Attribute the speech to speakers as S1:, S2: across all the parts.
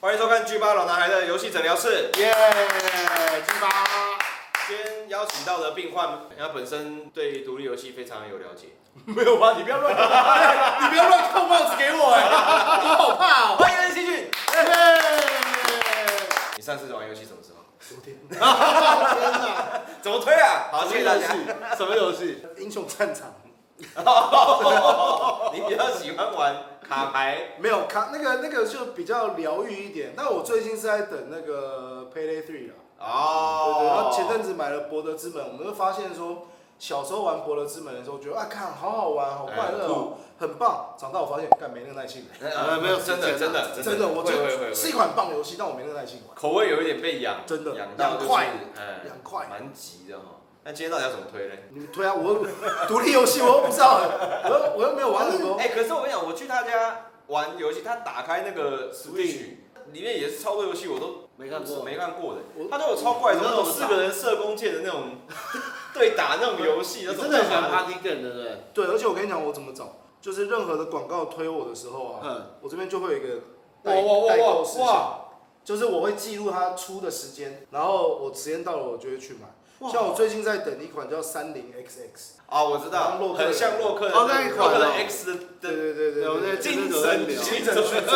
S1: 欢迎收看 G 八老男孩的游戏诊疗室。
S2: 耶，鸡巴。
S1: 今天邀请到的病患，他本身对独立游戏非常有了解。没有吧？你不要乱讲，
S2: 你不要乱扣帽子给我哎、我好怕哦、
S1: 欢迎任新俊。
S2: 嘿嘿
S1: 你上次玩游戏什么时候？
S2: 昨天，天哪！
S1: 怎么推啊？好，谢谢大家。
S2: 家。什么游戏？英雄战场。
S1: 你比较喜欢玩卡牌，
S2: 没有卡，那个那个就比较疗愈一点。那我最近是在等那个 Payday Three 啊。对对，然
S1: 哦
S2: 后前阵子买了《博德之门》，我们就发现说，小时候玩《博德之门》的时候，觉得啊，看好好玩，好快
S1: 哎
S2: 乐、哦，很棒。长大我发现，干没那个耐性。
S1: 呃，没有，真的，真 的，
S2: 真的，我觉
S1: 会会会
S2: 得是一
S1: 会，
S2: 款棒游戏，但我没那个耐性玩。
S1: 口味有一点被养，
S2: 真的
S1: 养到就是
S2: 养快
S1: 嗯
S2: 养快
S1: 蛮急的哈。那今天到底要怎么推嘞？
S2: 你们推啊！我独立游戏我又不知道，我又我又没有玩很多。
S1: 哎、可是我跟你讲，我去他家玩游戏，他打开那个 Switch，里面也是超多游戏，我都
S3: 没看过
S1: 没看过的
S2: 我。
S1: 他都有超怪的，
S3: 我
S1: 那
S3: 那
S1: 种
S3: 种
S1: 四个人射弓箭的那种对打那种游戏，
S3: 你
S1: 那种
S3: 真的很喜欢
S1: 对打
S3: party game 对不对？
S2: 对，而且我跟你讲，我怎么找，就是任何的广告推我的时候啊，
S3: 嗯
S2: 我这边就会有一个
S3: 哇
S2: 代
S3: 哇哇
S2: 代
S3: 哇
S2: 购事项，就是我会记录它出的时间，然后我时间到了我就会去买。
S3: 哇
S2: 像我最近在等一款叫三零 XX，
S1: 啊，我知道
S2: 像洛，克人
S1: 很像洛克人，
S3: 哦那一
S1: 洛
S3: 款
S1: 克人
S3: 哦
S1: X 的
S2: 对
S1: 的
S2: 对对对
S3: 对我在
S2: 对，
S1: 精
S3: 这个在
S1: 神
S3: 聊
S1: 精神去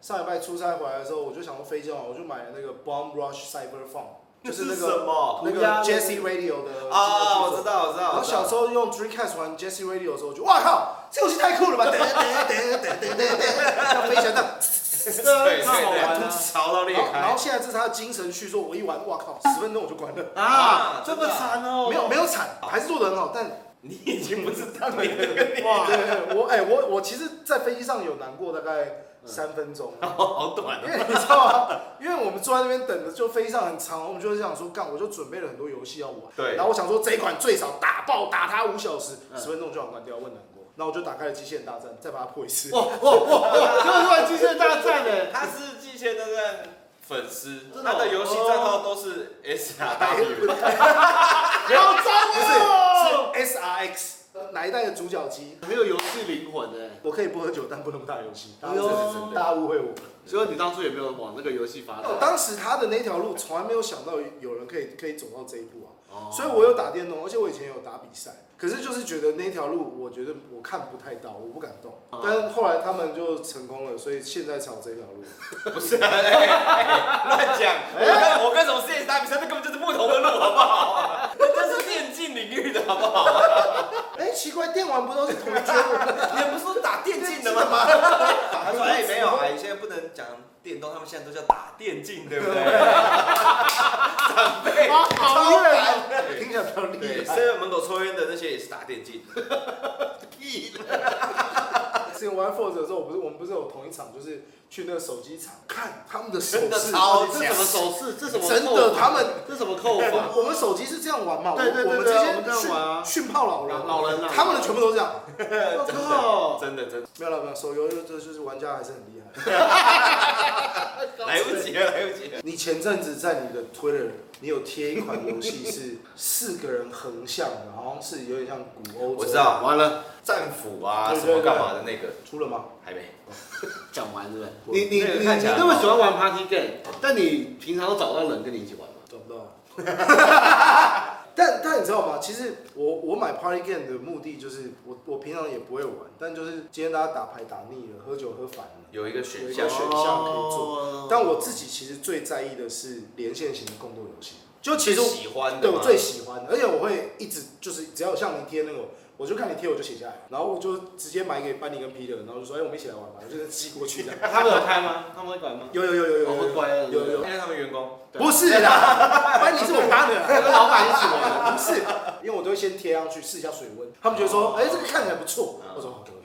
S2: 上礼拜出差回来的时候，我就想要飞机嘛，我就买了那个 Bomb Rush Cyber Fun，就是那
S1: 什
S2: 个
S1: 么
S2: 那
S3: 涂
S2: 个
S3: 鸦
S2: Jesse Radio 的
S1: 啊？
S2: 这个
S1: 我知道，我知道，
S2: 然
S1: 我
S2: 后
S1: 知道
S2: 小时候用 Dreamcast 玩 Jesse Radio 的时候，我就哇靠，这游戏太酷了吧！等等等等等等等，像飞翔的。
S1: 对
S3: 真的好玩
S1: 对
S3: 啊
S1: 对潮到裂
S2: 然后然
S1: 开
S2: 后。现在这是他的精神叙说，我一玩，哇靠，十分钟我就关了，
S1: 啊
S3: 啊，这么惨哦！
S2: 没有没有惨，还是做的很好。但
S1: 你已经不知道你那个你
S2: 哇，对嗯我哎我我其实，在飞机上有难过大概三分钟，
S1: 好短
S2: 因为你知道吗？因为我们坐在那边等着，就飞机上很长，我们就是想说干，我就准备了很多游戏要玩。
S1: 对
S2: 然后我想说这一款最少打爆打它五小时，
S3: 嗯
S2: 十分钟就想关掉，问难过。那我就打开了《极限大战》，再把它破一次。
S3: 哇哇哇哇！这个玩机械大战哎，
S1: 他是极限大战粉丝，
S3: 真的
S1: 他
S3: 哦
S1: 的游戏账号都是 S R W，
S3: 好脏哦！
S2: 不是，是 SRX 哪一代的主角机？
S3: 没有游戏灵魂哎，
S2: 我可以不喝酒，但不能打游戏。大家
S3: 哎呦
S2: 真的真的大家误会我。
S3: 所以你当初也没有往那个游戏发
S2: 我
S3: 展。
S2: 当时他的那条路，从来没有想到有人可以可以走到这一步啊。
S3: 哦
S2: 所以我有打电动，而且我以前有打比赛，可是就是觉得那条路，我觉得我看不太到，我不敢动。
S3: 哦
S2: 但是后来他们就成功了，所以现在才有这条 路。
S1: 不是 啊，哎哎乱讲，我跟我跟什么 C S W 比赛，那根本就是不同的路，好不好？这是电竞领域的好不好？
S2: 哎，奇怪，电玩不都是同一圈吗？
S1: 你不是说打电竞的吗？ 他说哎没有 啊，你现在不能讲电动，他们现在都叫打电竞，对不对？长辈。
S2: 啊，好远
S1: 超
S2: 啊，听起来比较
S1: 对，
S2: 厉害。
S1: 虽然门口抽烟的那些也是打电竞，
S3: 屁的
S2: 之前玩 Force 的时候，我不是我们不是有同一场，就是去那个手机厂看他们的手
S1: 真的
S2: 势，
S1: 超
S3: 这什么手势？这什么扣法？
S2: 真的他们
S3: 这什么扣法？
S2: 我我们手机是这样玩嘛？我
S3: 对对对
S2: 我们
S3: 对
S2: 这
S3: 我们
S2: 些
S3: 这样
S2: 训
S3: 玩啊
S2: 训炮老人，
S3: 老人啊
S2: 他们的全部都是这样。
S3: 我靠！
S1: 真的真的
S2: 没有了，没有，手游这就是玩家还是很厉害。
S1: 来不及了，来不及了。
S2: 你前阵子在你的 Twitter，你有贴一款游戏是四个人横向的，好像是有点像古欧洲。
S1: 我知道
S3: 完了，
S1: 战斧啊，
S2: 对
S1: 什
S2: 对
S1: 么干嘛的那个
S2: 出了吗？
S1: 还没。
S3: 讲完是不是？
S2: 我
S3: 你你
S1: 那个
S3: 你你
S1: 看起来
S3: 那么喜欢玩 party game，但你平常都找不到人跟你一起玩吗？
S2: 找不到。 但但你知道吗？其实我我买 Party Game 的目的就是我我平常也不会玩，但就是今天大家打牌打腻了，喝酒喝烦了，
S1: 有一个选
S2: 有
S1: 项
S2: 一个，选项可以
S3: 做
S2: 但我自己其实最在意的是连线型的共斗游戏，就其实
S1: 是喜欢的
S2: 对
S1: 吗
S2: 我最喜欢的，而且我会一直就是只要像你贴那个，我就看你贴我就写下来，然后我就直接买给班尼跟 Peter，然后就说哎、我们一起来玩吧，我就是寄过去的。
S3: 他们有开吗？他们会 管吗？
S2: 有有有有有
S3: 我
S2: 有
S3: 会乖的
S2: 有有有，
S1: 因为他们员工
S2: 不是啦，班尼是我搭的，
S3: 跟老板一起玩的。
S2: 不是，因为我都会先贴上去试一下水温，他们觉得说哎、这个看起来不错，我说哦好的，
S1: 哦嗯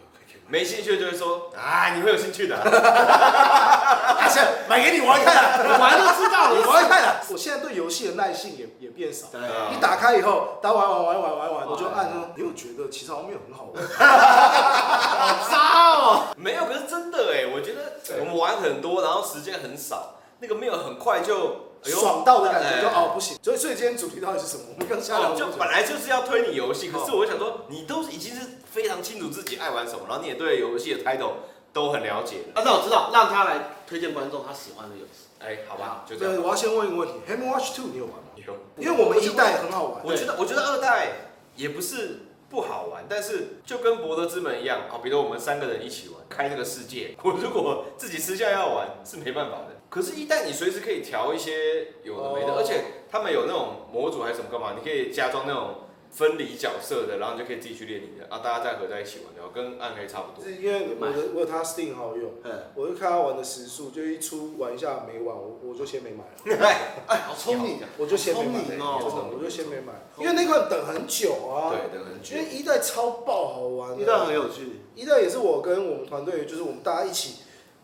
S1: 没兴趣就会说啊，你会有兴趣的啊。
S2: 大侠啊买给你玩 看啊，
S3: 我玩就知道
S2: 你
S3: 了。
S2: 玩看啊。我现在对游戏的耐性也也变少。
S1: 对
S3: 啊
S2: 一打开以后，大家玩玩玩玩玩玩，我就
S1: 哦
S2: 按说，你有觉得其实好像没有很好玩，
S1: 哎
S3: 好渣哦！
S1: 没有，可是真的哎，我觉得我们玩很多，然后时间很少，那个没有很快就哎呦
S2: 爽到的感觉就
S1: 哎
S2: 哦不行。所以所以今天主题到底是什么？我们刚下聊
S1: 哦
S2: 多
S1: 就
S2: 久
S1: 本来就是要推你游戏，可是我想说，你都已经是非常清楚自己爱玩什么，然后你也对游戏的 title 都很了解的。
S3: 啊，那我知道，让他来推荐观众他喜欢的游戏。
S1: 哎，好吧，就这
S2: 对，
S1: 样。
S2: 我要先问一个问题，Hammer Watch Two 你有玩吗？
S1: 以后
S2: 因为我们一代很好玩，
S4: 我觉得我觉得二代
S1: 也不是不好玩，但是就跟博德之门一样啊，比如我们三个人一起玩，开这个世界， 我如果自己私下要玩是没办法的。可是，一旦你随时可以调一些有的没的，
S2: 哦
S1: 而且他们有那种模组还是什么干嘛，你可以加装那种分离角色的，然后你就可以自己去练你的啊，大家再合在一起玩，然后跟暗黑差不多。
S2: 是因为我的我有他 Steam 好友，
S3: 嗯，
S2: 我就看他玩的时速，就一出玩一下没玩，我我就先没买了，
S3: 哎，好聪明啊！
S2: 我就先没买，
S3: 聪
S2: 真
S3: 明
S2: 的
S3: 哦
S2: 我就先没买，因为那款等很久啊，
S1: 对，等很久
S2: 因。为一代超爆好玩，
S3: 一段很有趣，
S2: 一代也是我跟我们团队，就是我们大家一起，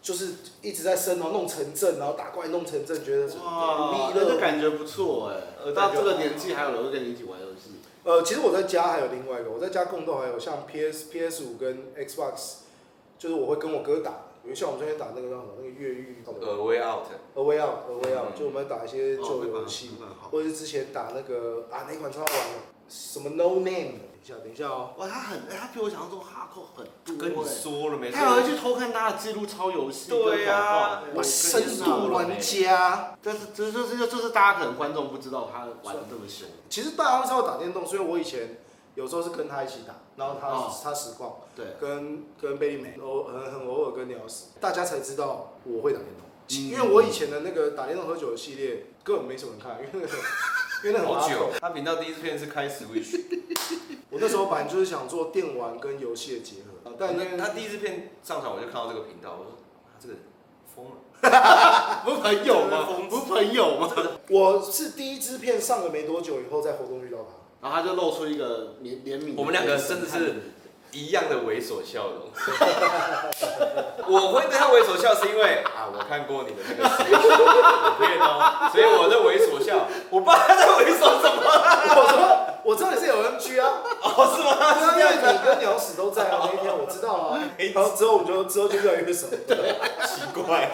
S2: 就是一直在升，然后弄城镇，然后打怪弄城镇，觉得
S3: 哇，
S2: 弥勒
S3: 那就感觉不错哎。
S2: 呃
S3: 到这个年纪还有人会跟你一起玩游戏，
S2: 呃，其实我在家还有另外一个，我在家共斗还有像 PS PS 五跟 Xbox，就是我会跟我哥打，比如像我们昨天打那个叫什么那个越狱，
S1: 呃，Way Out，
S2: A Way Out A Way Out，
S1: 嗯
S2: 就我们打一些
S3: 哦
S2: 旧
S3: 会吧
S2: 游戏，
S3: 会吧好
S2: 或者是之前打那个啊哪一款超好玩的，什么 No Name，等一下等一下哦，
S3: 哇，他很，哎他比我想象中哈扣很
S1: 跟
S3: 多
S1: 你
S3: 哎。
S1: 说了没错
S3: 他。还会去偷看大家的记录抄游戏跟广告，
S1: 对啊
S3: 哇
S2: 我
S1: 跟
S2: 深
S1: 你
S2: 度玩家。
S3: 但是这这这就是大家可能观众不知道他玩的这么凶，
S2: 其实大家知道打电动，所以我以前有时候是跟他一起打，然后他、
S3: 哦
S2: 他实况，
S3: 对，
S2: 跟跟贝利美偶很很偶尔跟鸟屎，大家才知道我会打电动，
S3: 嗯
S2: 因为我以前的那个打电动喝酒的系列根本没什么人看，因为那 个因为那个很
S1: 好
S2: 麻烦。
S1: 久，他频道第一次片是开 Switch，
S2: 我那时候本来就是想做电玩跟游戏的结合，但因为
S1: 他第一次片上场我就看到这个频道，我说啊这个人疯了。
S3: 不是朋友吗？不是朋友吗？
S2: 我是第一支片上了没多久以后，在活动遇到他，
S3: 然后他就露出一个怜怜悯的眼神，
S1: 我们两个真的是一样的猥琐笑容。 我会对他猥琐笑，是因为啊，我看过你的那个视频片哦，所以我在猥琐笑。我不知道他在猥琐什么，
S2: 我说我知道你是有 MG 啊，
S1: 哦，是吗？
S2: 对啊，因为你跟鸟屎都在啊那一天，我知道啊，然后之后我们就之后就越来越熟。
S1: 奇怪，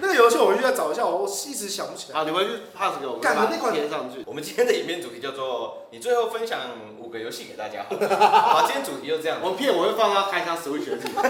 S2: 那个游戏我回去再找一下，我一直想不起来。
S3: 好，你回去 pass 给我，我们
S2: 干
S3: 把
S2: 那款
S3: 它贴上去。
S1: 我们今天的影片主题叫做“你最后分享五个游戏给大家”，好了，好今天主题就这样子。
S3: 我们骗我会放他开箱 Switch 的 地方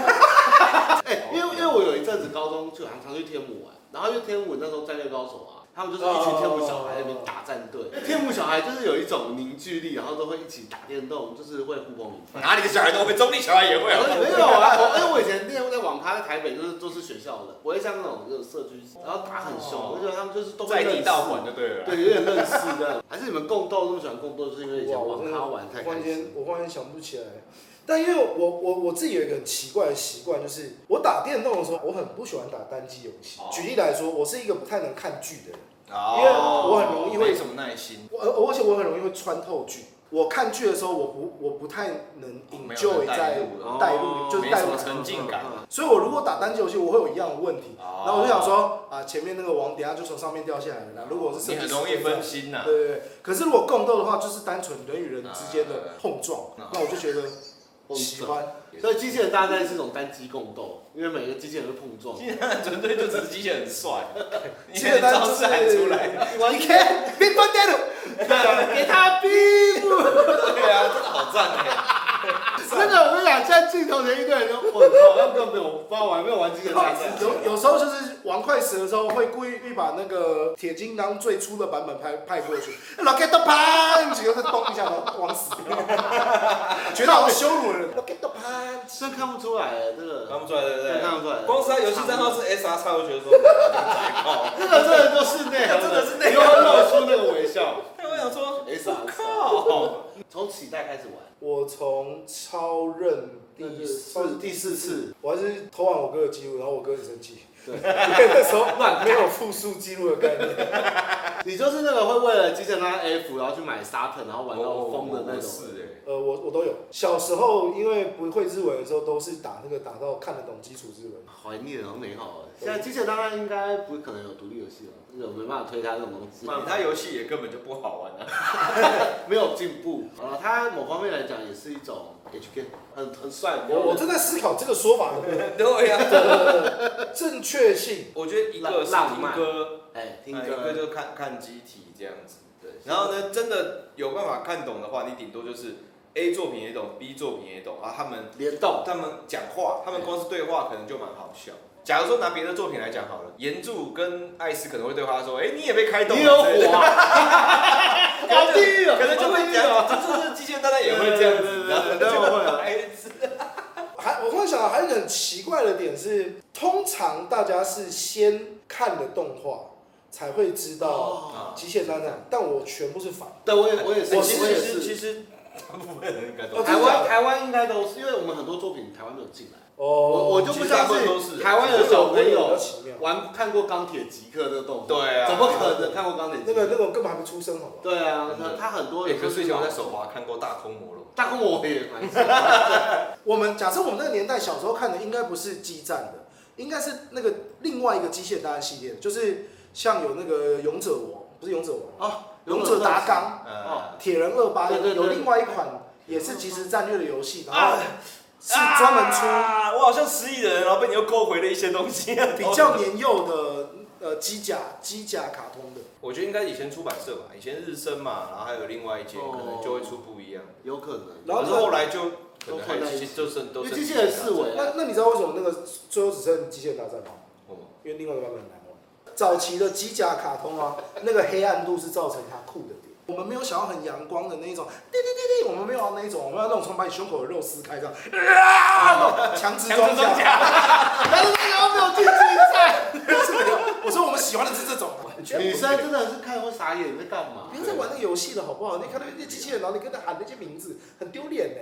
S3: 哎，因为因为我有一阵子高中就常常去天母玩，然后因为天母那时候战略高手啊，他们就是一群天母小孩在那边打战队。哎天母小孩就是有一种凝聚力，然后都会一起打电动，就是会呼朋引伴。
S1: 哪里的小孩都会，中立小孩也会啊。
S3: 没有啊，我因为我以前练在网咖，在台北就是都是学校的，不会像那种就是社区，然后打很凶，我觉得他们就是都会
S1: 在地道
S3: 认
S1: 馆就对了
S3: 识，
S1: 啦。
S3: 对，有点认识的。还是你们共斗那么喜欢共斗，就是因为以前
S2: 哇我
S3: 网
S2: 真的
S3: 咖玩太
S2: 忽
S3: 开
S2: 然间
S3: 心。，
S2: 我忽然想不起来。但因为我我我自己有一个很奇怪的习惯，就是我打电动的时候，我很不喜欢打单机游戏
S1: 哦。
S2: 举例来说，我是一个不太能看剧的人，
S1: 哦
S2: 因为我很容易会
S1: 没哦什么耐心，
S2: 我而而且我很容易会穿透剧。我看剧的时候，我不我不太能
S1: 哦没有
S2: enjoy
S1: 人带
S2: 在
S1: 入了
S2: 带入，就是
S1: 没
S2: 带
S1: 什
S2: 入
S1: 么
S2: 感
S1: 沉浸感。
S3: 嗯
S2: 所以我如果打单机游戏，我会有一样的问题。
S1: 哦
S2: 然后我就想说啊，前面那个王等下就从上面掉下来了啦。如果是
S1: 你很容易分心呐、
S2: 对对对，可是如果共斗的话，就是单纯人与人之间的
S1: 啊
S2: 碰撞
S1: 啊，
S2: 那我就觉得
S3: 碰撞
S2: 喜欢。
S3: 嗯所以机器人大战是一种单机共斗，因为每个机器人会碰撞。
S1: 现在纯粹就只是机器人很 帅，你
S2: 现在
S1: 招
S2: 就
S1: 式
S2: 是
S1: 喊出来，
S2: 你看，Big Bang Dad，
S3: 给他逼！
S1: 对啊，真的好赞 哎！
S3: 真的，我跟你讲，现在镜头前一堆人都，我靠，那根本没有，不知道玩没有玩机器人大战。
S2: 有有时候就是玩快死的时候，会故意把那个铁金刚最初的版本拍派过去，Rocket Punch，然后再咚一下，然后往死掉，觉得好羞辱人。Rocket Punch，
S3: 真看不出来，这
S1: 看
S3: 个
S1: 不出来对不
S3: 真
S1: 对？
S3: 看不出来。
S1: 光是他游戏账号是 S R 叉，我就觉得说，
S3: 这个真的就是内 行，
S1: 真的是内行
S3: 你会露出那个微笑。
S1: 对，哎我想说，
S3: S R
S1: 靠，
S3: 从脐带开始玩，
S2: 我从超任第
S3: 那就是
S2: 四，
S3: 第四次，
S2: 我还是偷完我哥的记录，然后我哥很生气，
S3: 对
S2: 因为 那时候
S3: 乱
S2: 没有复述记录的概念。
S3: 你就是那个会为了机器人拉 F，然后去买沙盆，然后 玩到疯的那种。
S1: 哦是欸
S2: 呃，我我都有。小时候因为不会日文的时候，都是打那个打到看得懂基础日文。
S3: 怀念然后美好啊！现在机器人大战应该不可能有独立游戏了，这个没办法推嗯它这种东西，
S1: 哎，他游戏也根本就不好玩 啊。
S3: 没有进步。好了，它某方面来讲也是一种 H K，很很帅。
S2: 我我正在思考这个说法的
S1: 对呀，
S2: 正确性。
S1: 我觉得一个是
S3: 浪
S1: 听
S3: 漫
S1: 歌，
S3: 哎，听
S1: 一个
S3: 歌
S1: 就看看机体这样子。
S3: 对
S1: 然后呢，真的有办法看懂的话，你顶多就是 A 作品也懂，B 作品也懂啊，他们
S3: 联动，
S1: 他们讲话，他们光是对话可能就蛮好笑。假如说拿别的作品来讲好了，岩柱跟艾斯可能会对话说：“哎、你也被开动了。”
S3: 你有火啊，
S1: 搞
S3: 搞定了，
S1: 可能就会这
S3: 搞定了
S1: 样，就是机械大战也会这样子，然后
S3: 对对对对对
S1: 就会哎，
S2: 还我突然想到，还有一个很奇怪的点是，通常大家是先看了动画才会知道
S3: 哦
S2: 机械大战，但我全部是反。
S3: 对，我也我也是，
S2: 我
S3: 其
S2: 是
S3: 实我
S1: 其
S3: 也
S1: 实其
S3: 是。
S1: 实大部分人应该都
S2: 哦
S3: 台
S2: 真的假
S3: 湾
S2: 的
S3: 台湾应该都是，因为我们很多作品台湾没有进来，
S2: 哦，
S3: 我我就不相
S1: 其实大部分都是
S3: 信台湾的小朋
S2: 比较
S3: 友
S2: 奇妙，
S3: 玩看过《钢铁极客》这个动画，
S1: 对啊
S3: 怎么可能看过《钢铁极
S2: 那
S3: 客
S2: 个》？那个我根本还没出生，好吧？
S3: 对啊，那他很多
S1: 哎，可是以前我在手
S3: 手
S1: 滑看过大空魔龙，
S3: 大公我也蛮 喜欢
S2: 我们假设我们那个年代小时候看的，应该不是激战的，应该是那个另外一个机械大战系列的，就是像有那个勇者王，不是勇者王，
S3: 哦，
S2: 勇者达纲、
S1: 呃，
S2: 铁人二八
S3: 对对
S2: 有
S3: 对
S2: 有另外一款也是即时战略的游戏，然后
S1: 啊
S2: 是专门出。
S1: 啊我好像失忆的人，然后被你又勾回了一些东西，
S2: 比较年幼的呃机甲机甲卡通的，
S1: 我觉得应该以前出版社吧，以前日升嘛，然后还有另外一间，
S3: 哦
S1: 可能就会出不一样。
S3: 有可能。
S2: 然
S1: 可
S2: 后
S1: 是
S2: 它
S1: 后来就可
S3: 都
S1: 能
S3: 混在
S1: 还
S3: 一
S1: 是
S3: 起
S1: 就剩都
S3: 因为
S1: 剩
S3: 机器人四维
S2: 那
S3: 啊，
S2: 那你知道为什么那个最后只剩机械大战吗？
S1: 哦
S2: 因为另外一个版本很难玩。早期的机甲卡通啊，那个黑暗度是造成它酷的点。我们没有想要很阳光的那一种，滴滴滴滴，我们没有要那一种，我们要那种从把你胸口的肉撕开这样，啊，那种强制
S1: 强制
S2: 装
S1: 装
S2: 甲。
S1: 甲，
S2: 但是那个没有竞技赛， 是没有。我说我们喜欢的是这种，
S3: 女生真的是看会傻眼，你在干嘛
S2: 不？要再玩那个游戏了好不好？你看到那些机器人，然后你跟他喊那些名字，很丢脸呢、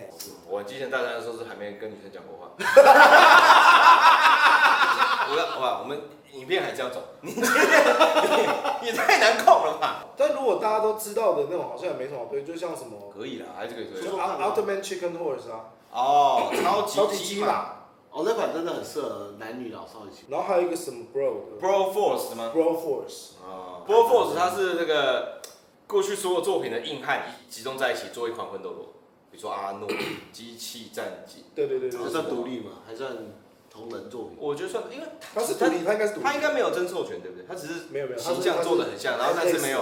S1: 我之前大战的时候是还没跟女生讲 过话。我要哇，我们影片还是要走，你你也太难控了吧？
S2: 但如果大家都知道的那种，好像也没什么好推，就像什么
S1: 可以啦，还是啊可以
S2: 就
S1: 推
S2: 是
S1: 的。
S2: Ult- Ultimate Chicken Horse 啊，
S1: 哦，超级
S2: 超级
S1: 鸡
S2: 鸡
S1: 嘛
S2: 嘛，
S3: 哦，那款真的很适合男女老少一起。
S2: 然后还有一个什么 Bro 的
S1: ，Bro Force 吗？
S2: Bro Force，
S1: 哦，Bro Force 它是那个过去所有作品的硬汉集中在一起做一款魂斗罗，比如说阿诺、机器战警，
S2: 对对对
S3: 这
S2: 对，
S3: 算独立
S1: 嗯
S3: 吗？还算同人作品？
S1: 我觉得算，因为
S2: 他是独立，他应该是独立，
S1: 它应该没有真授权，对不对？它只是
S2: 没有没有，他
S1: 形
S2: 是
S1: 象做的，很像，然后但是没有。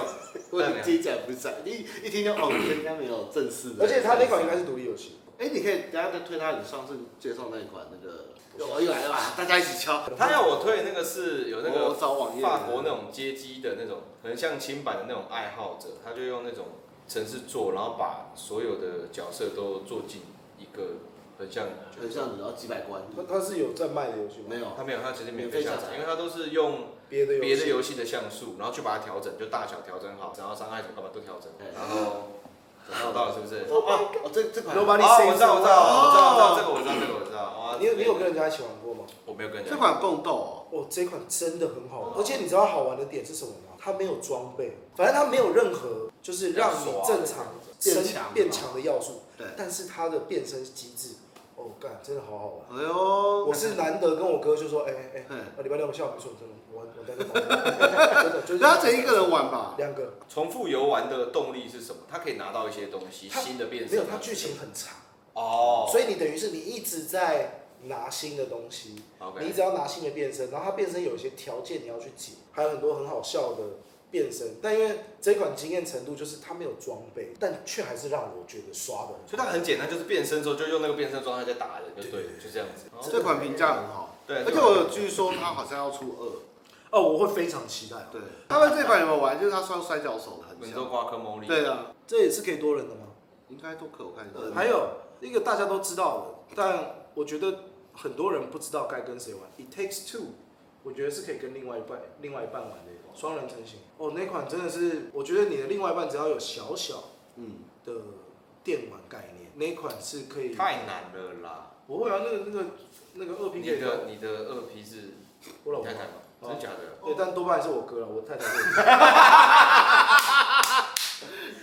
S3: 我
S1: 啊
S3: 听起来不算，一一听就哦，这应该没有正式的。
S2: 而且他那款应该是独立游戏，
S3: 哎，你可以等下再推他你上次介绍那一款那个，又又来了吧，大家一起敲。
S1: 他要我推那个是有那
S3: 我
S1: 个
S3: 找网页。
S1: 法国那种街机的那种，很像轻版的那种爱好者，他就用那种程式做，然后把所有的角色都做进一个很像，
S3: 很像，然后几百关，
S2: 他他是有在卖的游戏吗？
S3: 没有。
S1: 他没有，他直接免费下载，因为他都是用
S2: 别的游戏，
S1: 别的游戏的像素，然后去把它调整，就大小调整好，然后伤害什么干嘛都调整，然后找到了是不是？
S3: 哦哦哦，这这款
S2: Nobody
S1: 哦，我
S2: Saves
S1: 知道，我知道，
S2: Us
S1: 我知道，我知道，这个我知道，这个我知道。哇，
S2: 你有你有跟人家一起玩过吗？
S1: 我没有跟人
S3: 这
S1: 家，
S3: 款共斗哦，
S2: 哦，这款真的很好玩，而且你知道好玩的点是什么吗？它没有装备，反正它没有任何就是让你正常
S3: 变
S2: 身
S3: 强
S2: 变强的要素，
S3: 对
S2: 但是它的变身机制，哦，干，真的好好玩。
S3: 哎呦，
S2: 我是难得跟我哥就说，哎哎哎
S3: 嗯，
S2: 啊礼拜六我下午没睡，真的，我我在这 忙，真的就是
S3: 他只一个人玩吧？
S2: 两个，
S1: 重复游玩的动力是什么？他可以拿到一些东西，
S2: 它
S1: 新的变身。啊
S2: 没
S3: 啊
S2: 有，它剧情很长，
S1: 哦，
S2: 所以你等于是你一直在拿新的东西，
S1: OK，
S2: 你一直要拿新的变身，然后它变身有一些条件你要去解，还有很多很好笑的变身，但因为这款经验程度就是它没有装备，但却还是让我觉得刷的，
S1: 所以它很简单，就是变身之后就用那个变身状态在打人，就对了，就这样子。哦
S3: 这款评价很好，
S1: 对，
S3: 而且我有据说他好像要出二。
S2: 哦，我会非常期待哦，
S3: 对，他们这款有没有玩？就是他摔摔跤手很
S1: 本周
S3: 像。
S1: 瓜科魔力，
S3: 对啊，
S2: 这也是可以多人的吗？
S3: 应该都可以我看一
S2: 呃
S3: 下。
S2: 还有一个大家都知道的，但我觉得很多人不知道该跟谁玩。It takes two，我觉得是可以跟另外一半另外一半玩的一款双人成型。哦，那款真的是，我觉得你的另外一半只要有小小
S3: 嗯，
S2: 的电玩概念，那款是可以。
S1: 太难了啦！
S2: 我会啊玩那个那个那个二 P
S1: 你
S2: 给
S1: 的你的二 P 是
S2: 我老
S1: 你
S2: 婆
S1: 太太
S2: 玩。
S1: 吗？
S2: 哦
S1: 真假 的？
S2: 对，但多半还是我哥了，我太太会玩。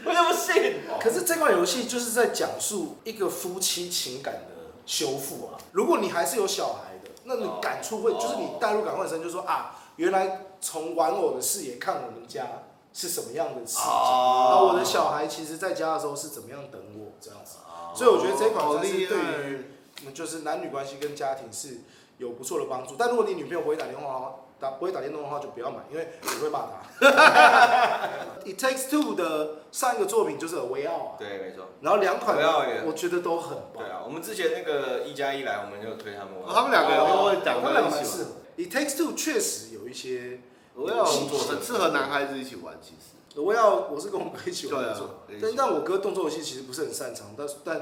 S1: 我怎么信？
S2: 可是这款游戏就是在讲述一个夫妻情感的修复啊。如果你还是有小孩的，那你感触会，
S1: 哦
S2: 就是你代入感会很深，就说啊，原来从玩偶的视野看我们家是什么样的视角，然后
S1: 哦
S2: 我的小孩其实在家的时候是怎么样等我这样子。
S1: 哦
S2: 所以我觉得这款
S3: 好
S2: 算是
S3: 厉
S2: 对
S3: 害
S2: 于嗯就是男女关系跟家庭是有不错的帮助。但如果你女朋友不会打电话的话，打不会打电动的话就不要买，因为我会骂他。It Takes Two 的上一个作品就是《维奥》啊，
S1: 对，没错。
S2: 然后两款
S1: Way Out 也
S2: 我觉得都很棒
S1: 对。啊，我们之前那个一加一来，我们就推他们玩。
S3: 他们两个
S1: 对
S3: 都
S1: 啊
S3: 会讲
S2: 他们
S3: 在
S2: 两
S3: 一
S2: 个蛮
S3: 起
S2: 适
S3: 玩。
S2: 合。It Takes Two 确实有一些，
S3: 我要
S1: 工作
S3: 很适合男孩子一起玩，其实。
S2: 我要我是跟我哥一起玩
S3: 对
S2: 的
S3: 啊
S2: 做，
S3: 一起
S2: 但但我哥动作游戏其实不是很擅长，但是但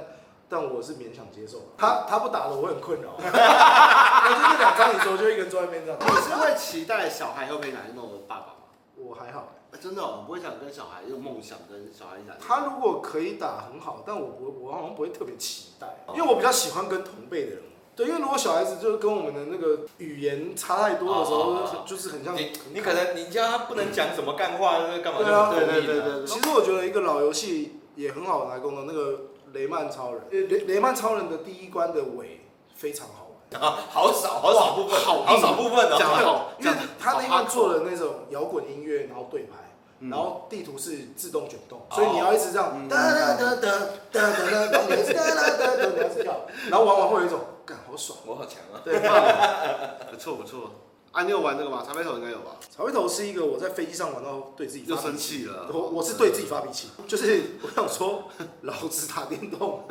S2: 但我是勉强接受。 他他不打了，我很困扰。 我就那两张椅子，我就一个人坐在那边这样。
S3: 你是会期待小孩会陪你打电动的爸爸吗？
S2: 我还好，
S3: 啊真的哦，我不会想跟小孩有梦想，跟小孩一起打电动。
S2: 他如果可以打很好，但我不会，我好像不会特别期待，
S1: 哦
S2: 因为我比较喜欢跟同辈的人。对，因为如果小孩子就是跟我们的那个语言差太多的时
S1: 哦哦
S2: 候
S1: 哦，
S2: 就是很像
S1: 你你可能你叫他不能讲什么干话，那干嘛就
S2: 对啊
S1: 不
S3: 对
S1: 同
S3: 对
S1: 意
S3: 对
S1: 呢
S3: 对对，
S2: 其实我觉得一个老游戏也很好拿来功能，那个雷曼超人，呃雷雷曼超人的第一关的尾非常好玩，
S1: 啊， 好少好少部分，
S3: 好硬啊
S1: 好少部分
S3: 讲
S1: 哦。
S3: 得好，
S2: 因为他那一关做
S3: 了，
S2: 了那种摇滚音乐，然后对拍。
S3: 嗯
S2: 然后地图是自动卷动，
S1: 哦
S2: 所以你要一直这样
S3: 嗯
S2: 哒哒哒哒哒哒哒，然后你一直哒哒哒哒，你要一直跳，然后玩完会有一种干好爽。
S1: 我好强啊！
S3: 对，棒哦不错不错。啊，你有玩这个吗？茶杯头应该有吧？
S2: 草莓头是一个我在飞机上玩到对自己
S3: 又
S2: 发
S3: 生
S2: 脾气，
S3: 气了。
S2: 我我是对自己发脾气， 就是我想说，老子打电动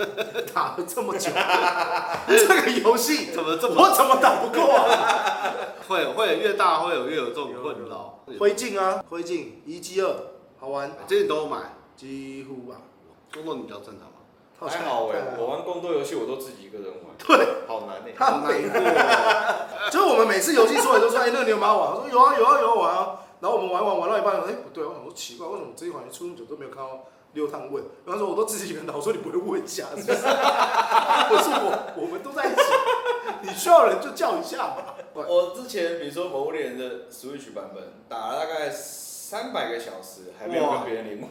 S2: 打了这么久，这个游戏
S3: 怎么这么
S2: 我怎么打不过啊？
S3: 会会越大会有越有这种困扰？
S2: 灰烬啊，灰烬一 G 二，好玩，
S3: 这你都有买？
S2: 几乎啊吧。
S3: 工作你比较正常 吗？
S2: 好像
S1: 还好哎
S2: 对啊，
S1: 我玩宫斗游戏我都自己一个人玩，对，好难哎。
S2: 他
S3: 好难过哦。
S2: 就是我们每次游戏说的都说，哎，那个你有没有玩？我说有啊有啊有啊玩啊。然后我们玩玩玩到一半，哎不对，我想说奇怪，为什么这一款出那么久都没有看到六趟问？然后他说我都自己一个人打，我说你不会问一下是不是？ 我说我我们都在一起， 你需要人就叫一下嘛。
S1: 我之前比如说《魔物猎人》的 Switch 版本，打了大概三百个小时，还没有跟别人连过。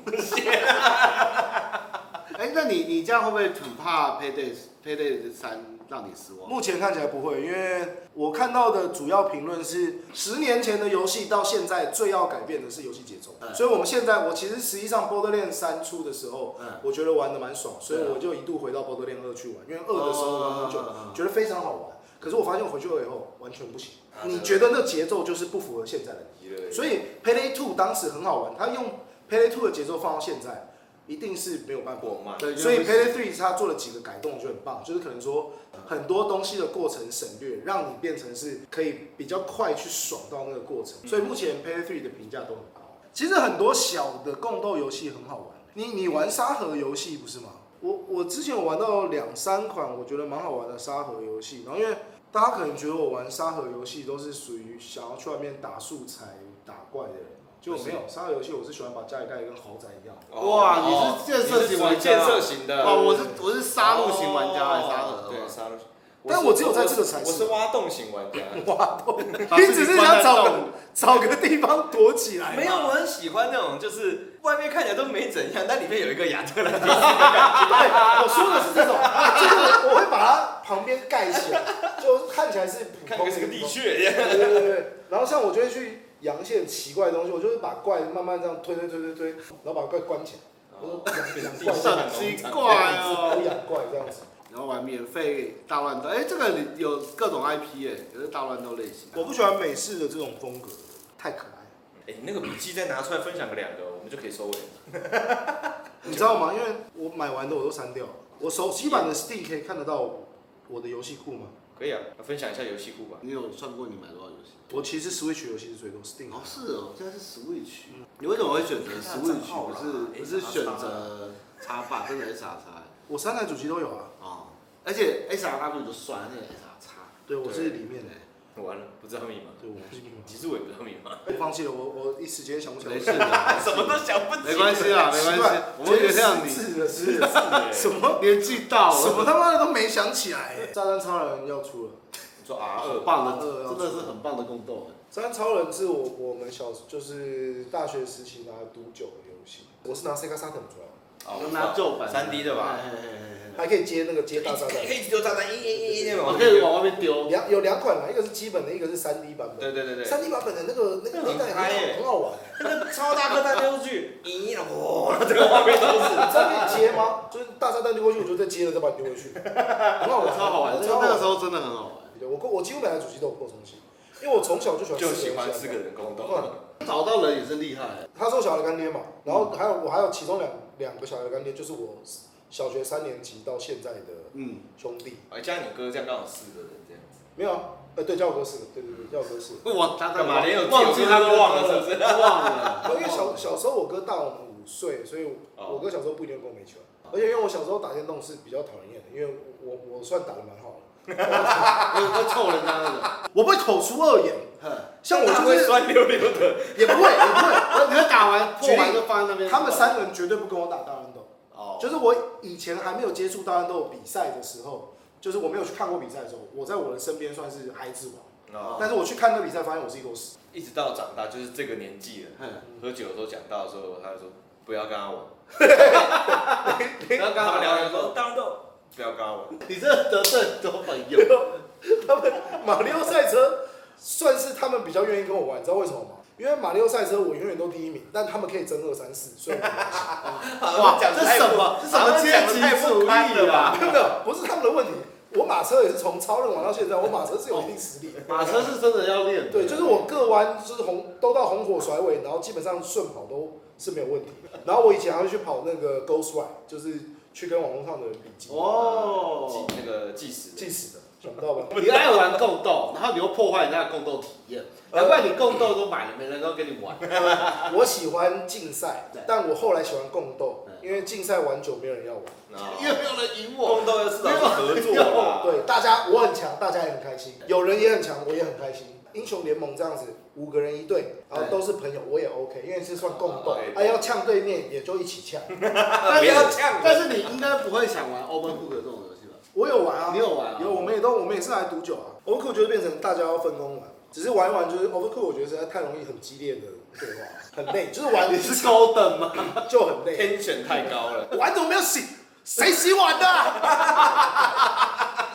S3: 哎，那你你这样会不会很怕 Payday Payday 三让你失望？
S2: 目前看起来不会，因为我看到的主要评论是，十年前的游戏到现在最要改变的是游戏节奏，
S3: 嗯
S2: 所以我们现在我其实实际上《Borderlands 三》出的时候，
S3: 嗯
S2: 我觉得玩的蛮爽，所以
S3: 对啊
S2: 我就一度回到《Borderlands 二》去玩，因为二的时候玩很久，
S3: 哦
S2: 觉得非常好玩。可是我发现回去了以后完全不行，
S1: 啊
S2: 你觉得那节奏就是不符合现在的你，所以 Payday Two 当时很好玩，他用 Payday Two 的节奏放到现在，一定是没有办法
S1: 过慢，
S3: 对，
S2: 所以
S3: 就是
S2: Payday Three 它做了几个改动，我觉得很棒，就是可能说很多东西的过程省略，让你变成是可以比较快去爽到那个过程。所以目前 Payday Three 的评价都很高。其实很多小的共斗游戏很好玩，欸你你玩沙盒游戏不是吗？我我之前有玩到两三款，我觉得蛮好玩的沙盒游戏，然后因为大家可能觉得我玩沙盒游戏都是属于想要去外面打素材、打怪的人嘛，就没有沙盒游戏，我是喜欢把家里盖得跟豪宅一样。
S1: 哦
S3: 哇
S1: 哦
S3: 你是建设型玩
S1: 你
S3: 家
S1: 是建设型的，哦
S3: 哦，我是我是杀戮型玩家，还是沙盒？
S1: 对，杀戮型。
S2: 但我只有在这个才
S1: 我是挖洞型玩家。
S3: 把自己
S2: 你只是
S3: 关
S2: 想
S3: 在
S2: 找
S3: 洞
S2: 个找个地方躲起来嘛。
S1: 没有，我很喜欢那种，就是外面看起来都没怎样，但里面有一个亚特兰蒂斯。
S2: 对，我说的是这种，啊就是我会把它旁边盖起来，就看起来是普
S1: 看
S2: 通
S1: 个
S2: 的
S1: 是个
S2: 地
S1: 地
S2: 方。
S1: 穴一样。
S2: 对对对对。然后像我就会去扬一些很奇怪的东西，我就会把怪慢慢这样推推推推推，然后把怪关起来。我说养怪这样
S3: 很
S2: 子，
S3: 奇怪
S2: 我
S3: 哦。
S2: 养怪这样子。
S3: 然后玩免费大乱斗，哎、这个里有各种 IP 哎、也是大乱斗类型。啊
S2: 我不喜欢美式的这种风格，太可爱了。
S1: 哎，你那个笔记再拿出来分享个两个，我们就可以收尾了。
S2: 你知道吗？因为我买完的我都删掉了，我手机版的 Steam 可以看得到我的游戏库吗？
S1: 可以啊，分享一下游戏库吧。
S3: 你有算过你买多少游戏？
S2: 我其实 Switch 游戏是最多，Steam
S3: 哦，是哦，现在是 Switch，、你为什么会选择 Switch？不是不是选择插霸，真的 S R 叉
S2: 我三台主机都有啊。
S3: 哦，而且 S R 叉不就算了，那个 S R 叉，
S2: 对，我是里面的，
S1: 完了，不知道密码。
S2: 对，我不是密
S1: 其
S2: 码。
S1: 实我也不知道密码，
S2: 我放弃了，我我一时间想不起来。
S3: 没事的，
S1: 什么都想不起。
S3: 没关系啦，没
S2: 奇
S3: 关系
S2: 怪，
S3: 我们原谅你，
S2: 是的，
S1: 系
S2: 是什么
S3: 年纪大了，
S2: 什么他妈的都没想起来。炸弹超人要出了，
S1: 你说 R
S3: 很
S1: 啊二，
S3: 棒的，
S2: 呃
S3: 真的是很棒的共斗哎。
S2: 炸弹超人是我我们小就是大学时期拿的毒酒的游戏，我是拿 Sega Saturn 出来的，
S1: 哦
S3: 就拿旧版
S1: 三 D 的吧？
S3: 嘿嘿嘿嘿
S2: 还可以接那个接大炸弹
S1: 可。以丢炸弹，一、一、一、一那
S3: 我
S1: 种。
S3: 可以往外面丢，
S2: 两有两款啦，一个是基本的，一个是三 D 版
S1: 对
S2: 本。
S1: 对对对。
S2: 三 D 版本的那个那个年代
S1: 很嗨耶
S2: 很好很好玩，
S1: 那个超大颗弹丢出去，咦，哇，这个画面都是。
S2: 你知道可以接吗？就是大炸弹丢过去，我就再接了，再把你丢回去，很好玩，
S3: 超好玩，那
S2: 超好
S3: 个
S2: 玩
S3: 那个时。候真的很好玩。
S2: 我我几乎每台主机都有扩充器，因为我从小就喜欢
S1: 就
S2: 四
S1: 喜
S2: 人
S1: 欢
S2: 相
S1: 四个人宫斗。
S3: 找到人也是厉害，
S2: 他是我小孩的干爹嘛，然后还有我还有其中两两个小孩的干爹，就是我小学三年级到现在的
S3: 嗯，
S2: 兄弟，
S1: 哎，加你哥这样刚好四个人这样子，
S2: 没有啊，呃，对，叫我哥四个，对对对，叫我哥四个，
S3: 哇，他
S1: 干嘛连有
S3: 忘记他
S1: 自己的歌都忘了是不
S3: 是？忘了，
S2: 因为小小时候我哥大我们五岁，所以我哥小时候不一定跟我没球，而且因为我小时候打电动是比较讨人厌的，因为我我我算打的蛮好的，
S3: 有在臭人家那
S2: 我不会口出恶言，
S3: 种，
S2: 像我
S1: 大
S2: 就
S1: 会
S2: 是
S1: 酸溜溜的。
S2: 也不会也不会，
S3: 然后你们打完破完就放在那边，
S2: 他们三个人绝对不跟我打大乱斗。
S3: 哦，
S2: 就是我以前还没有接触大乱斗比赛的时候，就是我没有去看过比赛的时候，我在我的身边算是孩子王。
S1: 哦
S2: 但是我去看那比赛，发现我是一坨屎。
S1: 一直到长大，就是这个年纪了，
S3: 嗯
S1: 喝酒的时候讲到的时候，他就说不要跟他玩。
S3: 然后
S1: 跟
S3: 刚
S1: 他
S3: 好
S1: 们
S3: 聊
S1: 聊一
S3: 完
S1: 说，
S3: 说，
S1: 当然都不要跟他玩。
S3: 你这得罪很多朋友，
S2: 他们马里奥赛车算是他们比较愿意跟我玩，你知道为什么吗？因为马里奥赛车我永远都第一名，但他们可以争二三四，所以我没关 系
S3: 哇，这什么这什么阶级主义啊？
S2: 没有没有，不是他们的问题。我马车也是从超人玩到现在，我马车是有一定实力的。
S3: 马车是真的要练的，
S2: 对，就是我各弯就是红都到红火甩尾，然后基本上顺跑都是没有问题的。然后我以前还会去跑那个 Ghost Ride，就是去跟网络上的人比技
S3: 哦，
S1: 计那个计时的，
S2: 计时的，想不到 吧？
S3: 你爱玩共斗，然后你又破坏人家的共斗体验，难怪你共斗都买了，没人要跟你玩。
S2: 我喜欢竞赛
S3: 对，
S2: 但我后来喜欢共斗，
S3: 嗯
S2: 因为竞赛玩久没有人要玩。
S3: 因为没有人赢我。
S1: 宫斗要是老是合作啦。
S2: 对，大家我很强，大家也很开心，有人也很强，我也很开心。英雄联盟这样子，五个人一队，然后
S3: 对
S2: 都是朋友，我也 OK，因为是算共斗，
S1: 对
S2: 啊要呛对面也就一起呛。
S3: 但
S1: 不
S3: 是
S1: 要呛
S3: 但是你应该不会想玩 Open Hook 这种游戏吧？
S2: 我有玩啊，
S3: 你有玩啊
S2: 有，我们也都我们也是来赌酒啊。Overcook 就是变成大家要分工玩，只是玩一玩就是 Overcook，我觉得实在太容易很激烈的对话， 很累，就是玩
S3: 你是高等 吗？
S2: 就很累，
S1: ，tension 太高了。
S2: 玩怎么没有洗？谁洗碗的啊？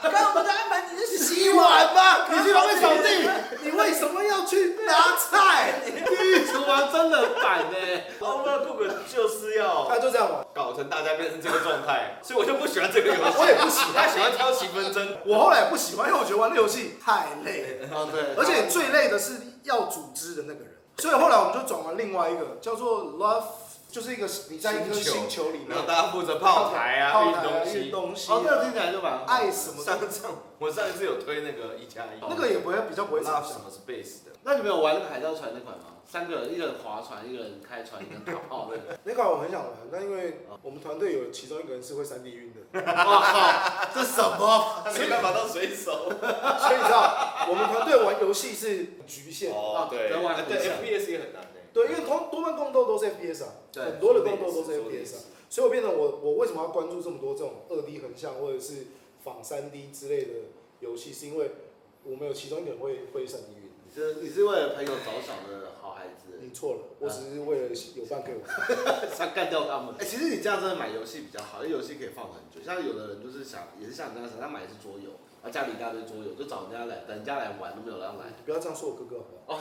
S4: 刚刚我们在安排你的
S2: 洗碗吧，你去旁边扫地，你为什么要去拿菜？
S3: 地狱厨房真人版呢、
S1: 哦 Overcook 就是要
S2: 他就这样玩，
S1: 搞成大家变成这个状态，所以我就不喜欢这个游戏。
S2: 我也不喜欢
S1: 他喜欢挑起纷争。
S2: 我后来也不喜欢，因为我觉得玩那游戏太累了。
S3: 哦，对，
S2: 而且最累的是要组织的那个人。所以后来我们就转玩另外一个叫做 Love，就是一个你在一颗
S1: 星球
S2: 星球里面
S1: 然后大家负责炮台啊、
S2: 炮
S1: 运
S2: 台
S1: 东
S2: 运
S1: 西。
S2: 东西啊，
S3: 哦，这个听起来就蛮好
S2: 爱什么
S1: 上
S2: 的，
S1: 上，我上一次有推那个一加一，
S2: 那个也不会比较不会
S1: 拉
S2: 上
S1: 什
S2: 手。
S1: 么 space 的，
S3: 那你们有玩那个海盗船那款吗？三个人，一个人划船，一个人开船，一个人打炮的。
S2: 那款我很想玩，但因为我们团队有其中一个人是会三 D 晕 的，
S3: 哇靠， 这什么？
S1: 他没办法到水手。
S2: 所以你知道我们团队玩游戏是局限的。
S1: 哦，对，
S3: 跟外国
S1: 对
S3: 人像
S1: ，FPS 也很难欸的。
S2: 对，因为同多半共斗都是 FPS 啊，
S3: 对
S2: 很多的共斗
S1: 说
S2: 都
S1: 的也是
S2: 是
S1: 说的也
S2: FPS
S1: 是
S2: 啊，所以我变成我我为什么要关注这么多这种二 D 横向或者是仿三 D 之类的游戏，是因为我们有其中一个人会会三 D 晕。
S3: 你是你是为了朋友着想的好孩子，
S2: 你错了，我只是为了有伴可以玩。
S3: 想干掉他们。哎、其实你这样真的买游戏比较好，因为游戏可以放很久。像有的人就是想，也是像你这样想，他买的是桌游，啊，家里一大堆桌游，就找人家来，等人家来玩都没有人来。
S2: 你不要这样说我哥哥好不好？
S3: 哦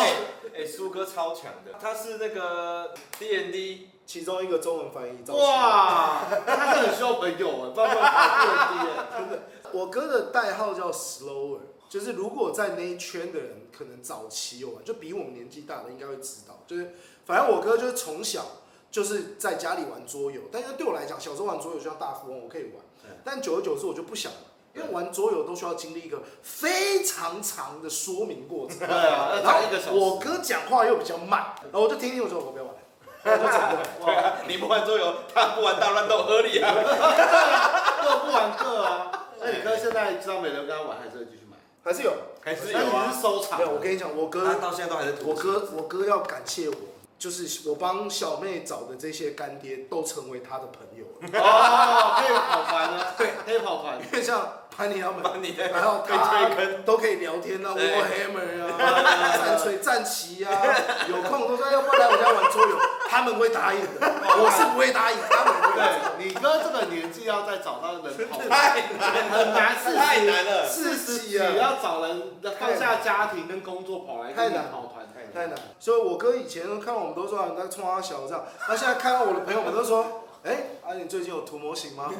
S1: 哎哎，苏哥超强的，他是那个 D N D，
S2: 其中一个中文翻译，赵哇！
S3: 哇，他是很需要朋友哎，不然不然爬不 了低
S2: 我哥的代号叫 Slower，就是如果在那一圈的人，可能早期有玩，就比我们年纪大的应该会知道，就是反正我哥就是从小就是在家里玩桌游，但是对我来讲，小时候玩桌游就像大富翁，我可以玩
S3: 对，
S2: 但久而久之我就不想玩。因为玩桌游都需要经历一个非常长的说明过程，
S3: 对啊要讲一个小时
S2: 然后我哥讲话又比较慢，然后我就听听，我说我不要玩 了，然后我就走掉了。
S1: 对啊， 你不玩桌游，他不玩大乱斗，合理啊。
S3: 耶，各不玩各啊。那你哥现在知道没人跟他玩，还是会继续买？
S2: 还是有，
S1: 还是有
S3: 那
S1: 啊
S3: 你是收藏
S2: 没
S3: 的？
S2: 有？我跟你讲，哎我哥
S3: 啊
S1: 他到现在都还在赌
S2: 我
S1: 气。
S2: 哥，我哥要感谢我，就是我帮小妹找的这些干爹都成为他的朋友了，
S3: 哦，可以跑团啊，对，可以跑团。
S2: 因为像潘尼他 们，
S1: 帮你在
S2: 然后
S1: 被推
S2: 他
S1: 坑，
S2: 都可以聊天啊
S1: 对
S2: ，Warhammer 啊，战锤、战旗啊， 有空都说哎要不要来我家玩桌游，他们会答应的，我是不会答应，他们会答应。
S3: 对你哥这个年纪要再找到人跑团，
S1: 太难了，
S3: 很难事
S1: 太难了。
S2: 自
S3: 四
S2: 己
S3: 十
S2: 啊
S3: 几要找人放下家庭跟工作跑来跟你
S2: 太难
S3: 跑团，
S2: 太难，所以我哥以前看我们都说啊你在冲他小这样，他现在看到我的朋友们都说，哎、啊，你最近有涂模型吗？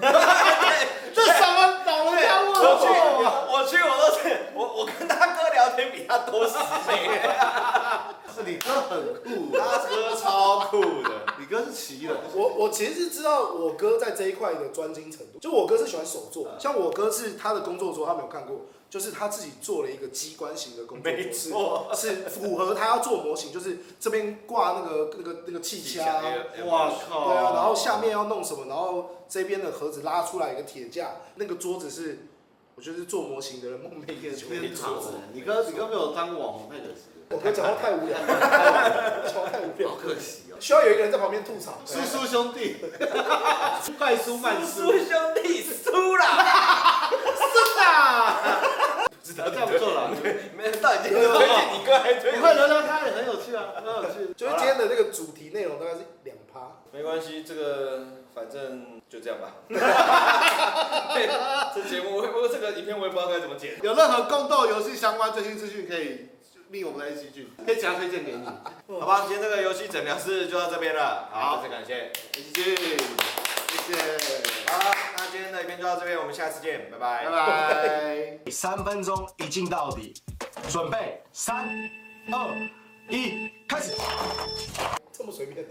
S3: 这什么老人家问
S1: 我去，我去，我都是我我跟他哥聊天比他多十倍，
S3: 是你哥很 酷，
S1: 他哥超酷的。
S3: 你哥是奇人，
S2: 我我其实是知道我哥在这一块的专精程度，就我哥是喜欢手做，像我哥是他的工作桌，他没有看过，就是他自己做了一个机关型的工作
S1: 没错
S2: 桌，是是符合他要做模型，就是这边挂那个那个那个气
S1: 气
S2: 枪，
S1: 枪
S2: 对
S3: 哇靠！
S2: 啊，然后下面要弄什么，然后这边的盒子拉出来一个铁架，那个桌子是我觉得是做模型的人梦寐以求的
S3: 天
S2: 桌
S3: 堂
S2: 子。，
S3: 你哥你哥没有当网红太可惜
S2: 我哥讲话太无聊，讲话太无
S3: 了，
S2: 聊
S3: 好，可惜哦。
S2: 需要有一个人在旁边吐槽。
S3: 叔 叔兄弟，快叔慢
S1: 叔
S3: 叔，
S1: 兄弟输啦，
S3: 这样不错了。
S1: 没有到底今天推荐你哥还推
S3: 你
S1: 荐
S3: 快聊聊他，也很有趣啊，很有趣。
S2: 就是今天的那个主题内容大概是两趴。
S1: 没关系，这个反正就这样 吧。这节目我我这个影片我也不知道该怎么剪。
S3: 有任何宫斗游戏相关最新资讯，可以命我们来一起去，可以加推荐给你。
S1: 好吧，今天这个游戏诊疗室就到这边了。好，
S3: 好
S1: 再次感谢。
S3: 谢谢，谢谢，
S1: 好，那今天的影片就到这边，我们下次见，拜拜
S3: 拜。拜。
S2: 三分钟一镜到底，准备三二一，开始。这么随便的、